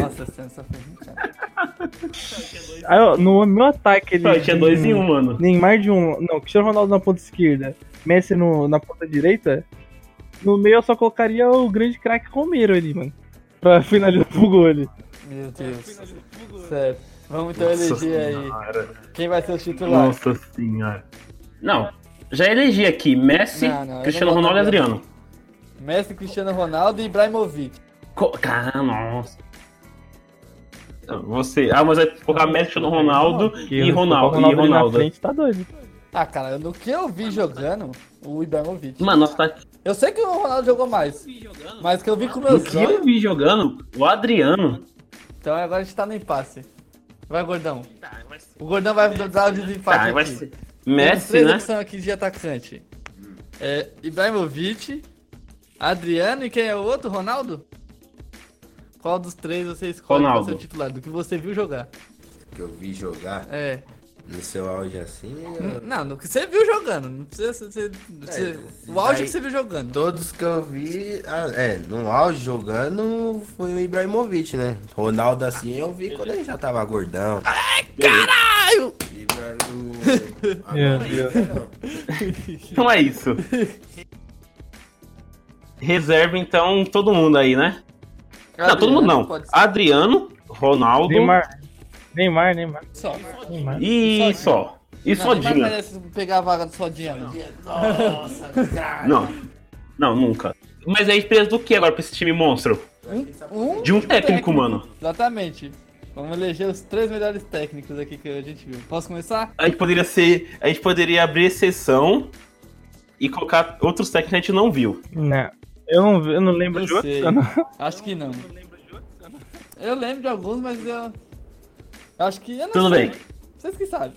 S2: Nossa, sensação foi ruim, cara.
S3: Aí, ó, no meu ataque ele...
S1: Só tinha dois em um, mano.
S3: Neymar de um... Não, Cristiano Ronaldo na ponta esquerda, Messi no, na ponta direita. No meio eu só colocaria o grande craque Romero ali, mano. Pra finalizar o gol ali.
S1: É,
S2: Meu Deus. Sério. Vamos então eleger aí.
S1: senhora.
S2: Quem vai ser o titular?
S1: Nossa senhora. Não, já elegi aqui Messi,
S2: Não, não, eu
S1: Cristiano
S2: não vou
S1: Ronaldo e
S2: também.
S1: Adriano.
S2: Messi, Cristiano Ronaldo e Ibrahimovic.
S1: Co- Cara, nossa. Você. Ah, mas vai colocar Messi, Cristiano Ronaldo
S3: Porque
S1: e
S3: se
S1: Ronaldo.
S3: colocar o
S1: E
S3: ali na
S1: Ronaldo.
S3: frente, tá doido.
S2: Ah, cara, no que eu vi jogando, o Ibrahimovic.
S1: Mano, nossa, tá
S2: Eu sei que o Ronaldo jogou mais, mas que eu vi com
S1: O
S2: meus
S1: que
S2: olhos.
S1: eu vi jogando, o Adriano.
S2: Então agora a gente tá no impasse. Vai, gordão. O gordão vai dar o desempate.
S1: Tá, vai
S2: aqui.
S1: ser.
S2: Temos
S1: Messi,
S2: três
S1: né?
S2: opções aqui de atacante. É Ibrahimovic, Adriano e quem é o outro? Ronaldo? Qual dos três você escolhe pra
S1: Ronaldo.
S2: ser o titular? Do que você viu jogar.
S4: Que eu vi jogar
S2: É.
S4: no seu auge assim.
S2: N-
S4: eu-
S2: Não, no que você viu jogando. Não precisa ser- ser- ser- o auge
S4: daí-
S2: que você viu jogando.
S4: Todos que eu vi, ah, é, no auge jogando foi o Ibrahimovic, né? Ronaldo assim eu vi quando ele já tava gordão.
S2: Caralho!
S4: Ibra- o-
S3: Meu Deus.
S1: Então é isso. Reserva, então, todo mundo aí, né? não, todo mundo não. Ah,
S2: Pode ser.
S1: Adriano, Ronaldo
S3: Neymar. Neymar, Neymar,
S2: Só.
S3: Neymar.
S1: e só. E
S2: Não, ninguém
S1: Sodinha.
S2: merece pegar a vaga do Sodinha, não.
S1: Não. Não, nunca. Mas aí precisa do que agora pra esse time monstro?
S2: Um, um
S1: De um técnico, mano.
S2: Exatamente. Vamos eleger os três melhores técnicos aqui que a gente viu. Posso começar?
S1: A gente poderia ser. A gente poderia abrir exceção e colocar outros técnicos que a gente não viu.
S3: Não, Né. eu não, eu não lembro
S2: Eu
S3: de outro.
S2: sei.
S3: eu não-
S2: Acho que não. Eu lembro de alguns, mas eu. Acho que. Eu não
S1: Tudo
S2: sei.
S1: bem.
S2: Vocês que sabem.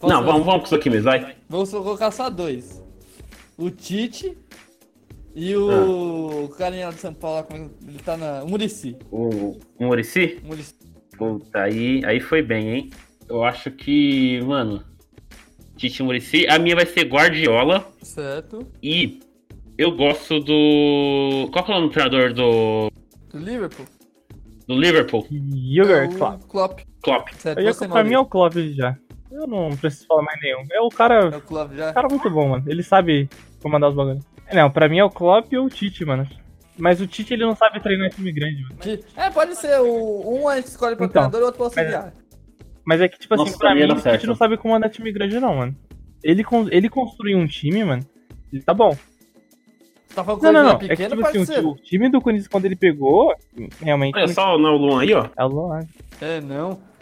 S2: Posso-
S1: Não, vamos, vamos com isso aqui mesmo, vai.
S2: Vou só colocar só dois: o Tite e o. O
S3: Ah.
S2: carinha lá de São Paulo, lá, como é que ele tá na. O Murici.
S1: O, o Murici?
S2: Murici.
S1: Puta, aí, aí foi bem, hein? Eu acho que, mano. Tite Murici. A minha vai ser Guardiola.
S2: Certo.
S1: E eu gosto do. Qual que é o nome do treinador do,
S2: Do Liverpool.
S1: do Liverpool?
S3: Yogurt,
S2: o
S3: claro.
S2: Klopp.
S1: Klopp.
S2: Certo.
S3: Eu ia,
S2: Você,
S3: pra mim é
S2: Maurício.
S3: o Klopp já. Eu não preciso falar mais nenhum. É o cara,
S2: é o Klopp já.
S3: um cara muito bom, mano. Ele sabe comandar os bagulhos. Não, pra mim é o Klopp ou o Tite, mano. Mas o Tite, ele não sabe treinar time grande, mano.
S2: Que- É, pode ser. O... Um a gente escolhe pra
S3: Então,
S2: treinador e o outro pra auxiliar.
S3: Mas é que, tipo assim,
S1: Nossa,
S3: pra
S1: pra mim
S3: mim,
S1: ia dar
S3: o Tite
S1: certo.
S3: não sabe comandar time grande, não, mano. Ele, con- ele construiu um time, mano. Ele tá bom.
S2: Tá falando
S3: Não,
S2: coisa
S3: não, não. É que,
S2: pequena,
S3: tipo assim,
S2: pode
S3: o
S2: ser. né?
S3: ti- o time do Corinthians, quando ele pegou, realmente.
S1: Olha só o Nau Luan aí, ó.
S3: É o Luan.
S2: É, não.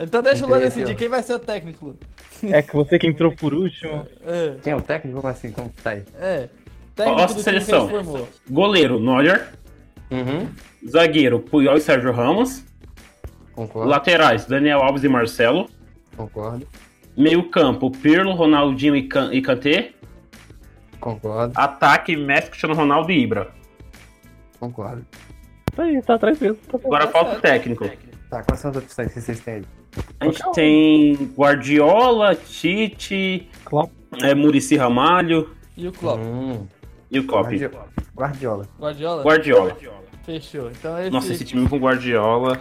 S2: Então deixa o Luan
S5: Interesse,
S2: decidir
S5: ó.
S2: quem vai ser o técnico.
S3: É que você que entrou por último.
S2: É,
S5: Quem é o técnico? Como assim? Como que tá aí?
S2: é.
S1: Ó,
S2: Técnico
S1: nossa
S2: do
S1: seleção.
S2: time que ele formou.
S1: Goleiro, Neuer.
S5: Uhum.
S1: Zagueiro, Puyol e Sérgio Ramos.
S5: Concordo.
S1: Laterais, Daniel Alves e Marcelo.
S5: Concordo,
S1: Meio campo, Pirlo, Ronaldinho e Kan- e Kanté.
S5: concordo,
S1: Ataque, Messi, Cristiano Ronaldo e Ibra.
S5: concordo.
S3: Tá aí, tá atrás mesmo. Tá atrás.
S1: Agora falta o técnico.
S5: Tá, quais são as opções que vocês têm?
S1: A gente tem Guardiola, Tite,
S3: Klopp.
S1: é, Murici Ramalho
S2: E o Klopp?
S5: Hum,
S1: e o Klopp.
S5: Guardiola.
S2: Guardiola?
S5: Guardiola.
S1: Guardiola.
S2: Fechou. Então esse,
S1: Nossa, esse time com Guardiola.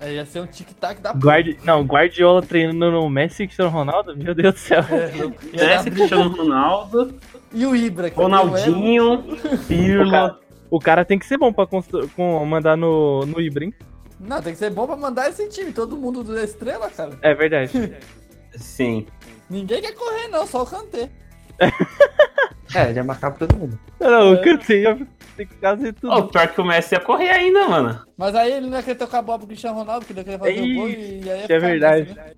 S2: é, ia ser um tic-tac da porra.
S3: Guardi... Não, Guardiola treinando no Messi e Cristiano Ronaldo? Meu Deus do céu.
S2: É, louco. Ia dar
S1: Messi,
S2: briga.
S1: Cristiano Ronaldo,
S2: E o Ibra, que não
S1: Ronaldinho, Pirlo.
S3: O cara tem que ser bom pra constru... com... mandar no, no Ibra, hein?
S2: é- Não, tem que ser bom pra mandar esse time. Todo mundo da estrela, cara.
S3: É verdade.
S1: Sim.
S2: Ninguém quer correr, não, só o Kanté.
S5: É, já marcava todo mundo.
S3: Não, não, eu cantei, eu tem que fazer tudo.
S1: Ó, pior que o Messi ia correr ainda, mano.
S2: Mas aí ele não ia querer tocar a bola pro Cristiano Ronaldo, porque ele ia querer fazer o gol e aí ia
S3: é
S2: ficar
S3: verdade.
S2: nessa, né?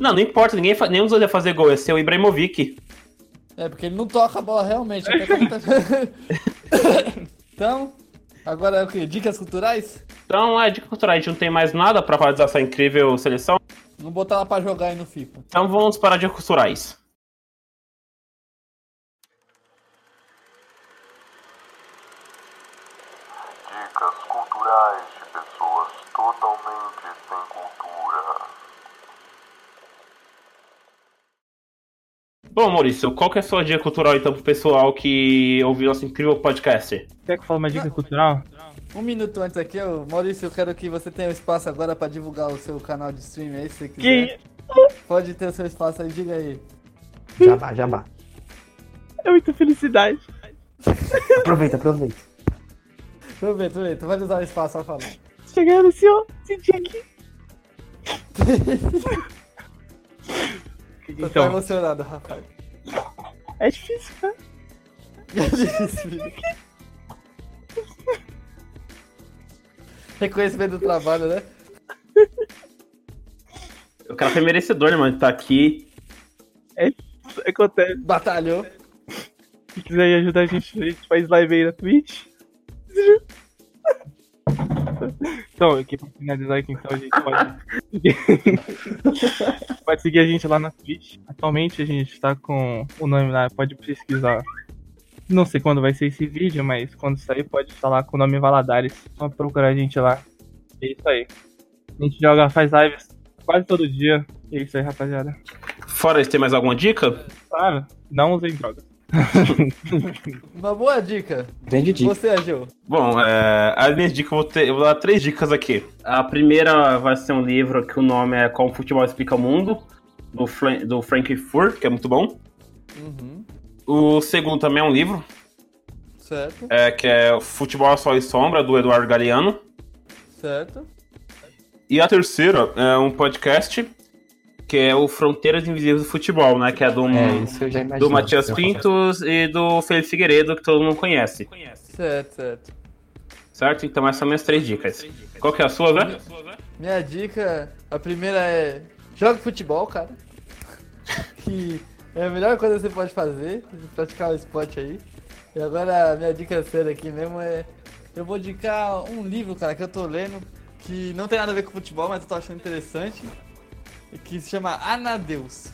S1: Não, não importa, ninguém, fa- nenhum dos dois ia fazer gol, ia ser o Ibrahimovic.
S2: É, porque ele não toca a bola realmente. ele quer tocar- então, agora é o quê? Dicas culturais?
S1: Então, é dica cultural, a gente não tem mais nada pra falar dessa incrível seleção.
S2: Não botar ela pra jogar aí no FIFA.
S1: Então vamos para dicas culturais.
S6: Dicas culturais de pessoas totalmente sem cultura.
S1: Bom, Maurício, qual que é a sua dica cultural então pro pessoal que ouviu nosso incrível podcast?
S3: Quer que eu fale uma dica cultural?
S2: Um minuto antes aqui, ô, Maurício, eu quero que você tenha o espaço agora pra divulgar o seu canal de stream aí, se você quiser.
S3: Que
S2: Pode ter o seu espaço aí, diga aí.
S5: Jabá, jabá.
S3: é muita felicidade.
S5: Aproveita, aproveita.
S2: Aproveita, aproveita, vai usar o espaço pra falar.
S3: Chegando assim, ó, senti aqui.
S2: Você tá
S3: então,
S2: emocionado, rapaz.
S3: é difícil, cara.
S2: Reconhecimento do trabalho, né?
S1: O cara foi merecedor, né, mano, de estar aqui.
S3: Acontece.
S2: Batalhou.
S3: Se quiser ajudar a gente, a gente faz live aí na Twitch. Então, aqui pra finalizar aqui, então a gente pode. pode seguir a gente lá na Twitch. Atualmente a gente tá com o nome lá, pode pesquisar. Não sei quando vai ser esse vídeo, mas quando sair pode estar lá com o nome Valadares. Só procurar a gente lá. É isso aí. A gente joga, faz lives quase todo dia. É isso aí, rapaziada.
S1: Fora isso, tem mais alguma dica?
S3: Claro, não usem drogas.
S2: Uma boa dica.
S5: Grande dica.
S2: Você, Gil.
S1: Bom, é, as minhas dicas, eu vou, ter- eu vou dar três dicas aqui. A primeira vai ser um livro que o nome é Como o Futebol Explica o Mundo, do, Fran- do Frank Fur, que é muito bom.
S2: Uhum.
S1: O segundo também é um livro,
S2: Certo,
S1: é, que é Futebol Sol e Sombra, do Eduardo Galeano.
S2: certo.
S1: E a terceira é um podcast, que é o Fronteiras Invisíveis do Futebol, né? Que é do,
S5: É, isso eu já
S1: do
S5: imaginei.
S1: Matias Pintos e do Felipe Figueiredo, que todo mundo conhece.
S2: Certo, certo.
S1: Certo? Então essas são minhas três dicas. Qual que é a sua, Zé?
S2: Minha dica, a primeira é joga futebol, cara. Que é a melhor coisa que você pode fazer, praticar o esporte aí. E agora a minha dica séria aqui mesmo é. Eu vou indicar um livro, cara, que eu tô lendo, que não tem nada a ver com futebol, mas eu tô achando interessante. Que se chama Anadeus.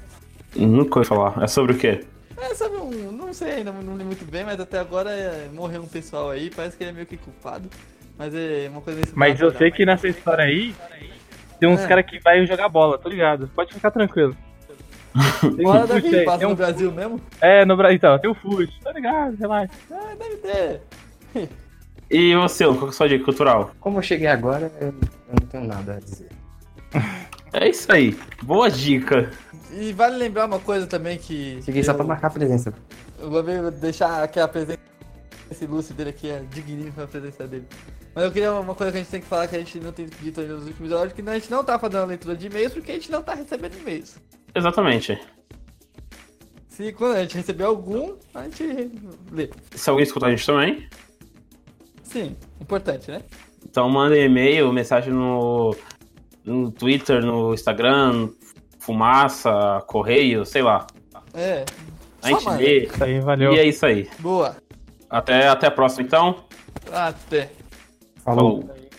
S1: Nunca ouvi falar. É sobre o quê?
S2: É, sabe, um, não sei ainda, não li muito bem, mas até agora é, morreu um pessoal aí, parece que ele é meio que culpado. Mas é uma coisa desse
S3: Mas eu
S2: padrão.
S3: sei que nessa história aí tem uns
S2: É.
S3: caras que vai jogar bola, tô ligado. Pode ficar tranquilo. Tem
S2: Uma hora
S3: um
S2: deve
S3: fute aí,
S2: passa
S3: tem
S2: no
S3: um-
S2: Brasil mesmo?
S3: É, no Brasil, então, tem o Fute, tá ligado, relaxa.
S2: Ah, deve ter.
S1: E você, Lu, qual que é a sua dica cultural?
S5: Como eu cheguei agora, eu eu não tenho nada a dizer.
S1: É isso aí. Boa dica.
S2: E vale lembrar uma coisa também que.
S5: Cheguei só pra marcar a presença.
S2: Eu vou ver- deixar aqui a presença. Esse Lúcio dele aqui é digníssima a presença dele. Mas eu queria uma coisa que a gente tem que falar que a gente não tem dito ainda nos últimos episódios, que a gente não tá fazendo a leitura de e-mails porque a gente não tá recebendo e-mails.
S1: Exatamente.
S2: Se quando a gente receber algum, a gente lê.
S1: Se alguém escutar a gente também,
S2: Sim, importante, né?
S1: então manda e-mail, mensagem no, no Twitter, no Instagram, fumaça, correio, sei lá.
S2: É.
S1: A gente
S2: manda.
S1: lê.
S3: Isso aí,
S1: E
S3: valeu.
S1: é isso aí.
S2: Boa.
S1: Até, até a próxima, então.
S2: Até.
S5: Falou.
S1: Falou.